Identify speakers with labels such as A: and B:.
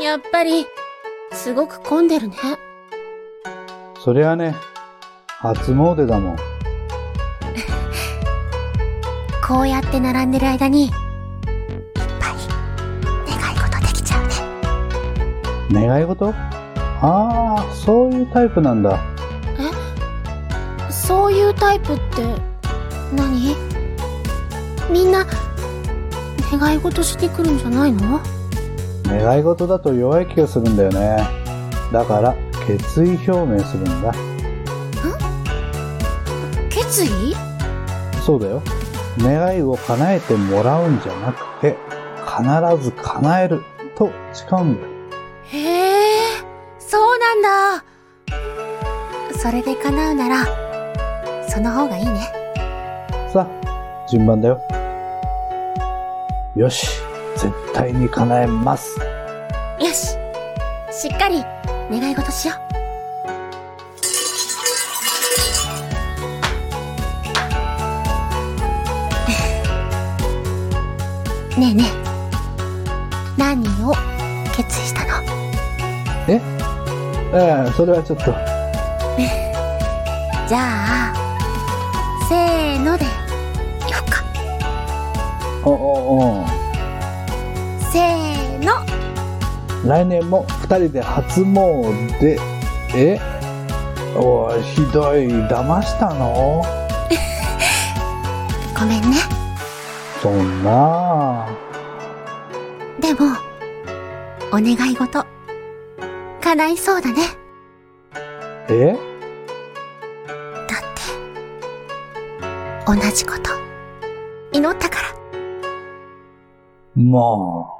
A: やっぱり、すごく混んでるね。
B: そりゃあね、初詣だもん。
A: こうやって並んでる間に、いっぱい、願い事できちゃうね。
B: 願い事ああ、そういうタイプなんだ。
A: そういうタイプって何、みんな、願い事しに来るんじゃないの
B: 願い事だと弱い気がするんだよね。だから、決意表明するんだ。
A: 決意
B: そうだよ。願いを叶えてもらうんじゃなくて、必ず叶えると誓うんだよ。
A: へえ、そうなんだ。それで叶うなら、その方がいいね。
B: さあ、順番だよ。よし、絶対に叶えます。
A: よし。しっかり、願い事しよう。 ねえねえ。何を決意したの
B: ええ、それはちょっと。
A: じゃあ、せーので、言おうか。
B: おお
A: せーの。
B: お来年も二人で初詣えおいひどい騙したの
A: ごめんね。
B: そんな
A: でも、お願い事、叶いそうだね。
B: え
A: だって、同じこと、祈ったから。
B: まあ